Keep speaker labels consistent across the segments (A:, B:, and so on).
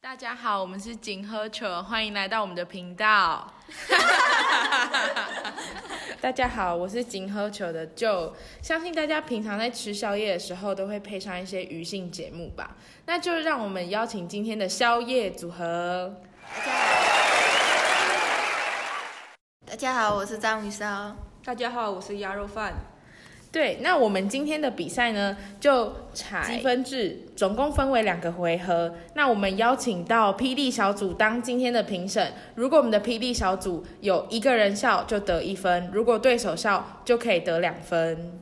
A: 大家好，我们是景喝酒，欢迎来到我们的频道。大家好，我是景喝酒的 Joe。相信大家平常在吃宵夜的时候都会配上一些娱性节目吧？那就让我们邀请今天的宵夜组合。
B: 大家好，我是章鱼烧。
C: 大家好，我是鸭肉饭。
A: 对，那我们今天的比赛呢，就积分制，总共分为两个回合。那我们邀请到霹雳小组当今天的评审。如果我们的霹雳小组有一个人笑，就得一分；如果对手笑，就可以得两分。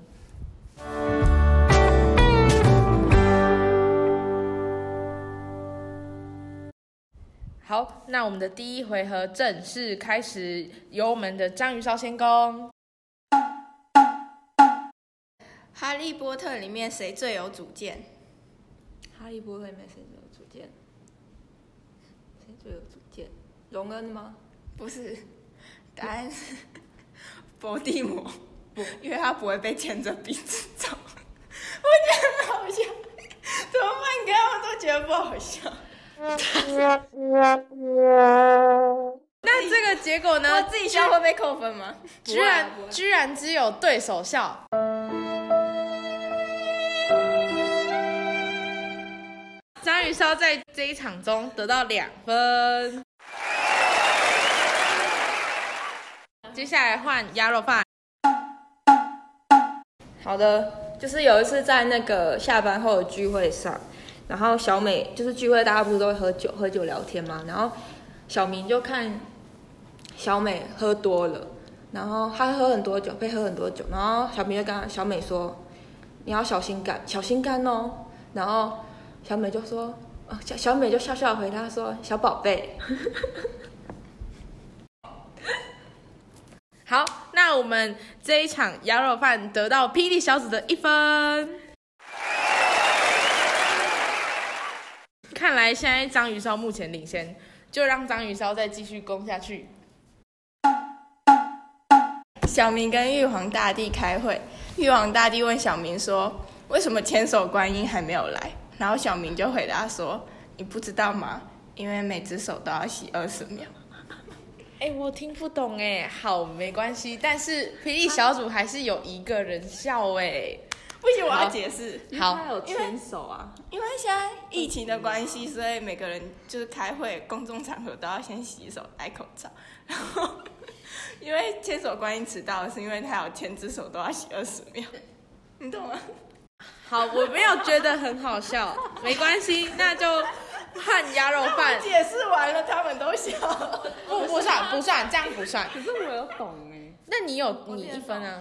A: 好，那我们的第一回合正式开始，由我们的章鱼烧先攻。
B: 哈利波特里面谁最有主见？
C: 哈利波特里面谁最有主见？谁最有主见？荣恩吗？
B: 不是，答案是 伏地魔，因为他不会被牵着鼻子走。 我觉得好笑，怎么办？你刚刚都觉得不好 笑。
A: 那这个结果呢？
B: 自己笑会被扣分 吗？
A: 居然居然只有对手笑。章鱼烧在这一场中得到两分。接下来换鸭肉饭，
C: 好的，就是有一次在那个下班后的聚会上，然后小美就是聚会，大家不是都会喝酒、喝酒聊天嘛，然后小明就看小美喝多了，然后她喝很多酒，被喝很多酒，然后小明就跟她小美说：“你要小心肝，小心肝哦。”然后小美就说：“呃，小小美就笑笑地回答说：‘小宝贝。
A: 好，那我们这一场鸭肉饭得到霹雳小组的一分。看来现在章鱼烧目前领先，就让章鱼烧再继续攻下去。
B: 小明跟玉皇大帝开会，玉皇大帝问小明说：“为什么千手观音还没有来？”然后小明就回答说：“你不知道吗？因为每只手都要洗二十秒。”
A: 哎、我听不懂哎，好，没关系，但是霹雳小组还是有一个人笑哎。
B: 不行，我
A: 好
B: 要解释。”
A: 好
C: 他有牵手啊，
B: 因为现在疫情的关系，所以每个人就是开会、公众场合都要先洗手、戴口罩。然后，因为千手观音迟到，是因为他有千只手都要洗二十秒，你懂吗？
A: 好，我没有觉得很好 笑，没关系，那就换鸭肉饭
B: 我，解释完了，他们都笑。
A: 不不算不算，这样不算。
C: 可是我有懂哎、
A: 那你有你一分啊，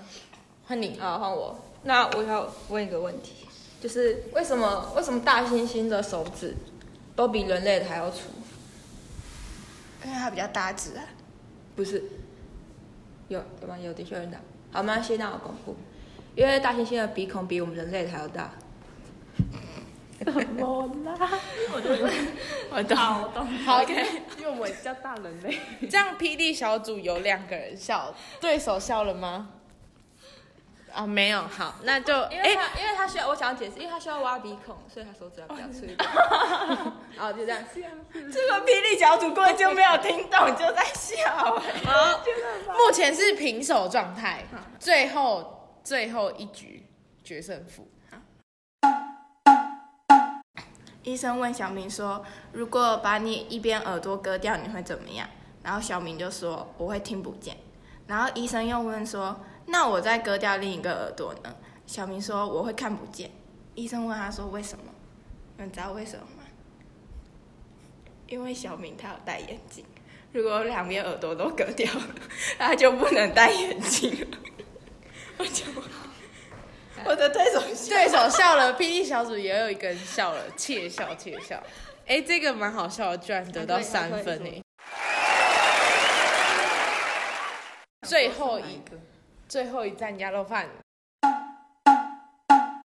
A: 换你。
C: 啊，换我。那我要问一个问题，就是为什么为什么大猩猩的手指都比人类的还要粗？
B: 因为他比较大只啊。
C: 不是，有有吗？有的确有人答。好，没关系，那我公布，因为大猩猩的鼻孔比我们人类的还要大。
B: 我懂，我懂。
A: 好，OK，因为我们叫大
C: 欸
A: 人类。这样，霹雳小组有两个人笑，对手笑了吗？啊，没有。好，那就
C: 因
A: 哎、
C: 为他、因为他需要，我想要解释，因为他需要挖鼻孔，所以他手指要比较粗一 点。好，就这样。
B: 这个霹雳小组根本就没有听懂，就在笑、欸。
A: 好，
C: 啊
A: 目前是平手状态，最后最后一局决胜负。
B: 医生问小明说：“如果把你一边耳朵割掉，你会怎么样？”然后小明就说：“我会听不见。”然后医生又问说：“那我再割掉另一个耳朵呢？”小明说：“我会看不见。”医生问他说：“为什么？”你们知道为什么吗？因为小明他有戴眼镜，如果两边耳朵都割掉 了，他就不能戴眼镜 了。我就我的对手笑
A: 对手笑了，霹雳小组也有一个人笑了，窃笑窃笑。哎、这个蛮好笑的，居然得到三分呢、最后一
C: 个。
A: 最后一站鸭肉饭，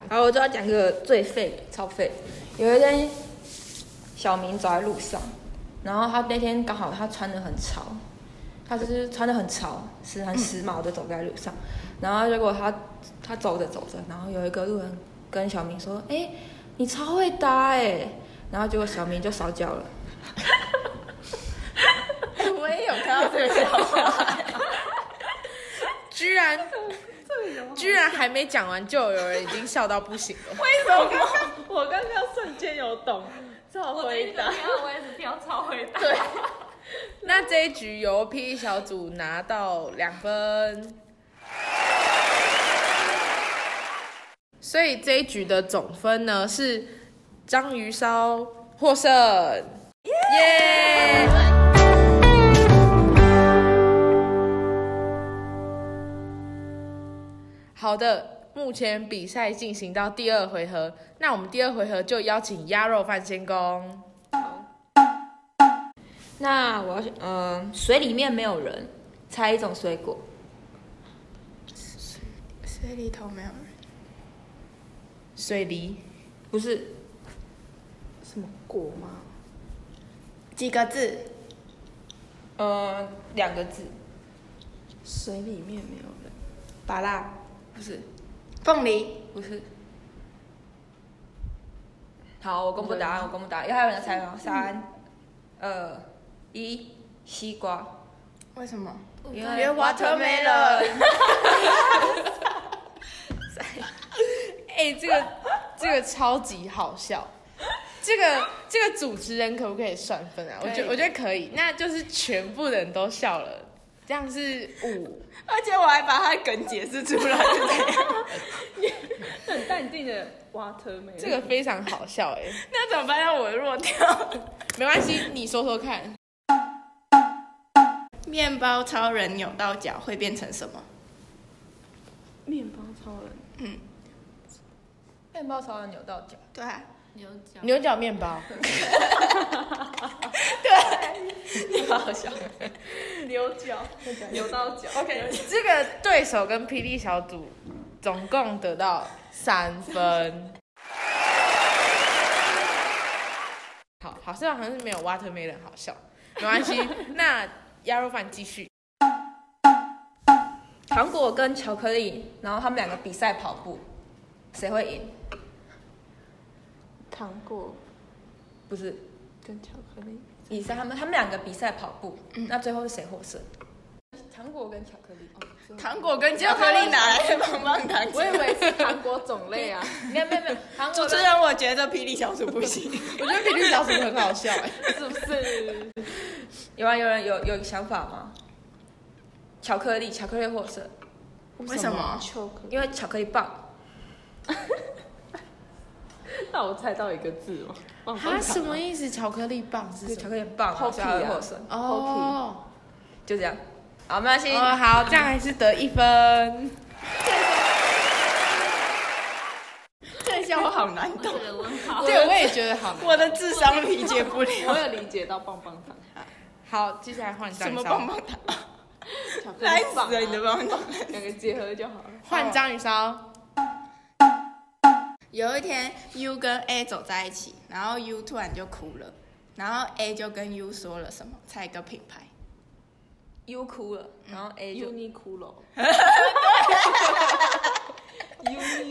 C: 好，我就要讲个最废的，超废。有一天，小明走在路上，然后他那天刚好他穿的很潮，他就是穿的很潮，时很时髦的走在路上。然后结果他
A: 欸
C: 他走着走着，然后有一个路人跟小明说：“哎、你超会搭哎、然后结果小明就烧焦了。
A: 哎我也有看到这个笑话，居然。居然还没讲完，就有人已经笑到不行了。
C: 为什么？我刚刚瞬间有懂，照
D: 我
C: 回答。
D: 我也是跳槽回答。对，
A: 那这一局由 P E 小组拿到两分，所以这一局的总分呢是章鱼烧获胜，耶！好的，目前比赛进行到第二回合，那我们第二回合就邀请鸭肉饭先攻。
C: 那我要选，呃，水里面没有人，猜一种水果。
B: 水里头没有人，
A: 水梨，
C: 不是，
A: 什么果吗？
B: 几个字？
C: 呃，两个字，
B: 水里面没有人，
C: 芭拉，不是，
B: 凤梨。
C: 不是。好，我公布答案，我公布答案，要还有人猜吗？三、二、一，西瓜。
B: 为什么？
C: 因
B: 因为 watermelon。
A: 哎、这个这个超级好笑。这个这个主持人可不可以算分啊？我觉
C: 可以
A: 我觉得可以，那就是全部的人都笑了，这样是五。
B: 而且我还把它的梗解释出来，就这样
D: 很淡定的 water 没
A: 这个非常好笑哎、
B: 那怎么办？让我弱掉？
A: 没关系，你说说看。
B: 面包超人扭到脚会变成什么？
D: 面包超人
C: 面包超人扭到脚，
B: 对啊，
D: 牛角
A: 牛角面 包，
C: 好笑。
D: 牛角扭到脚。OK，
A: 这个对手跟霹雳小组总共得到三分。好，好像好像是没有 watermelon 好笑，没关系。 那鸭肉饭继续。
C: 糖果跟巧克力，然后他们两个比赛跑步，谁会赢？
D: 糖果
C: 不是，
D: 跟巧克力，
C: 比赛他们他们两个比赛跑步，
A: 嗯
C: 那最后是谁获胜？糖果跟巧克力，
A: 哦
B: 糖果跟巧克力哪来的棒棒糖？
D: 我以为是糖果种类 啊。
C: 没有没有没有，糖
B: 主
C: 果
B: 持
C: 跟
B: 人，我觉得霹雳小组不行。
A: 我觉得霹雳小组很好笑 哎、
D: 是不是？
C: 有啊有人有有想法吗？巧克力，巧克力获胜，
B: 为什么？
D: 巧克力？
C: 因为巧克力棒。
D: 那我猜到一个字吗？棒
A: 啊，
D: 棒糖
A: 什么？意思？巧克力棒是
C: 就
A: 什
C: 是
A: 么？
C: 巧克力棒，
D: Pocky
C: 所以它会
D: 啊
C: 获胜，
A: 哦，
C: 就这样。好，没关系。
B: 啊
A: 哦，好，这样还是得一分。
B: 这笑话好难 懂，
D: 对，问好。
A: 哦 对，我也觉得好难。
B: 我的智商理解不
D: 我
B: 了。
D: 有理解到棒棒 糖，
A: 好，接下来换章
B: 什
A: 鱼
B: 么
A: 烧
B: 棒，棒糖？
D: 巧克
B: 烂
D: 力
B: 死
D: 棒
B: 了你的
D: 啊，
B: 棒棒糖！
D: 两个结合就好了。
A: 换章鱼烧。
B: 有一天，U 跟 A 走在一起，然后 U 突然就哭了，然后 A 就跟 U 说了什么？猜一个品牌。
C: U 哭了，然后 A 就
D: Uniqlo。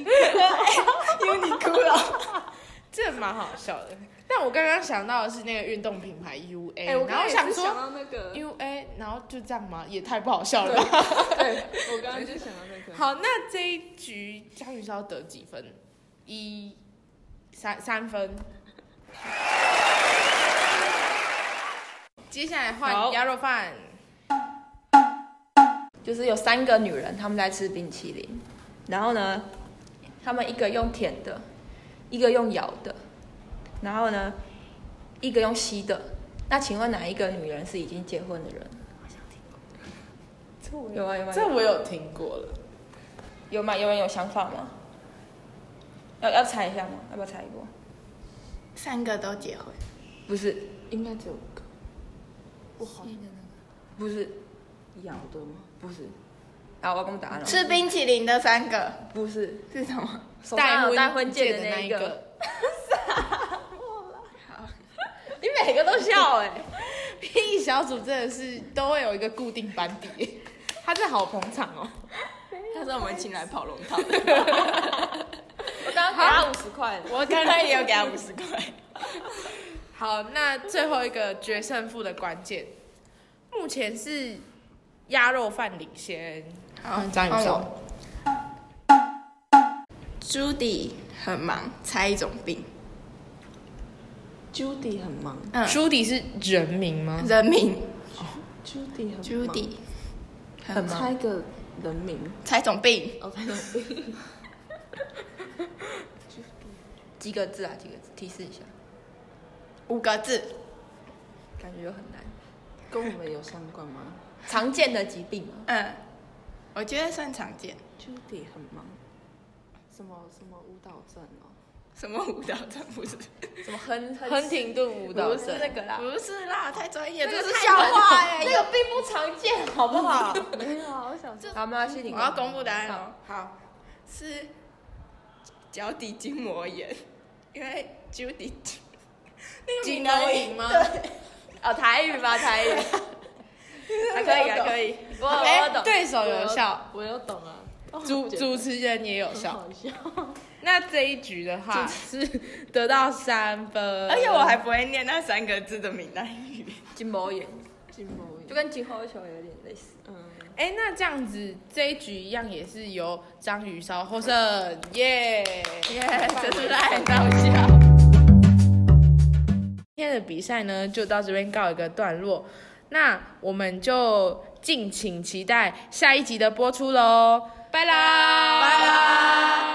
B: U 你哭了，
A: 这蛮好笑的，但我刚刚想到的是那个运动品牌 U A，、
D: 哎，我
A: 然后
D: 刚刚也是想
A: 说
D: 到那个，
A: U A，然后就这样吗？也太不好笑了吧。
D: 我刚刚就想到那个。
A: 好，那这一局章鱼烧得几分？一三三分。接下来换
C: 好
A: 鸭肉饭，
C: 就是有三个女人，她们在吃冰淇淋，然后呢，她们一个用舔的，一个用咬的，然后呢，一个用吸的。那请问哪一个女人是已经结婚的人？有啊有啊，
A: 这
C: 有
A: 我有听过了。
C: 有吗？有人有想法吗？要要猜一下吗？要不要猜一波？
B: 三个都结婚，
C: 不是
D: 应该只有一个。不好，
C: 不是
D: 咬的吗？
C: 不是，啊，我要公布答案了。
B: 吃冰淇淋的三个
C: 不是
B: 是什么？
C: 手上有戴
A: 婚
C: 婚戒的
A: 的
C: 那
A: 一
C: 一个？，你每个都笑哎、
A: P 小组真的是都会有一个固定班底，他这好捧场哦。
B: 他说我们请来跑龙套的，
C: 我刚刚给他五十块。
B: 我刚刚也有给他五十块。
A: 好，那最后一个决胜负的关键，目前是鸭肉饭领先。
B: 好
A: 嗯，张宇
B: 换
A: 宙
B: 我。Judy 很忙，猜一种病。
E: Judy 很忙
B: 嗯，
A: ，Judy 是人名吗？
B: 人名
E: ，Judy 很忙
B: Judy
E: 很猜个人名
B: 猜种病，
E: 哦，猜种病。
C: 几个字啊？几个字？提示一下，
B: 五个字，
C: 感觉又很难。
E: 跟我们有相关吗
C: 常见的疾病吗？
B: 嗯，我觉得算常见。
E: ？Judy 很忙，什么什么舞蹈症哦？
B: 什么舞蹈症不是？
C: 什么亨
A: 亨廷顿舞蹈
C: 不是那个啦，
B: 不是啦，太专业，这
C: 这
B: 是
C: 是
B: 笑
C: 笑
B: 话
C: 话
B: 哎、
C: 哎，这个并不常见，好不好？
D: 没有啊，我想说，
C: 好，没关系，你
B: 我要公布答案哦。好，是脚底筋膜炎， 因为 Judy 那个
A: 筋
B: 闽南
A: 膜
B: 语
A: 炎吗
B: 对
C: 哦，台语吧，台语，还
A: 啊
C: 可以，还
B: 啊
C: 可以，我
D: 哎
C: 我懂。
A: 哎对手有效，
D: 我有懂啊，
A: 主主持人也有
D: 很
A: 效。
D: 好笑，
A: 那这一局的话是得到三分，
B: 而且我还不会念那三个字的闽南语。
C: 金毛眼
E: 金毛
C: 就跟金毛球有点类似。
E: 嗯，
A: 哎、那这样子这一局一样也是由章鱼烧获胜，耶耶，真是太搞笑。今天的比赛呢，就到这边告一个段落，那我们就敬请期待下一集的播出喽，拜啦，拜啦。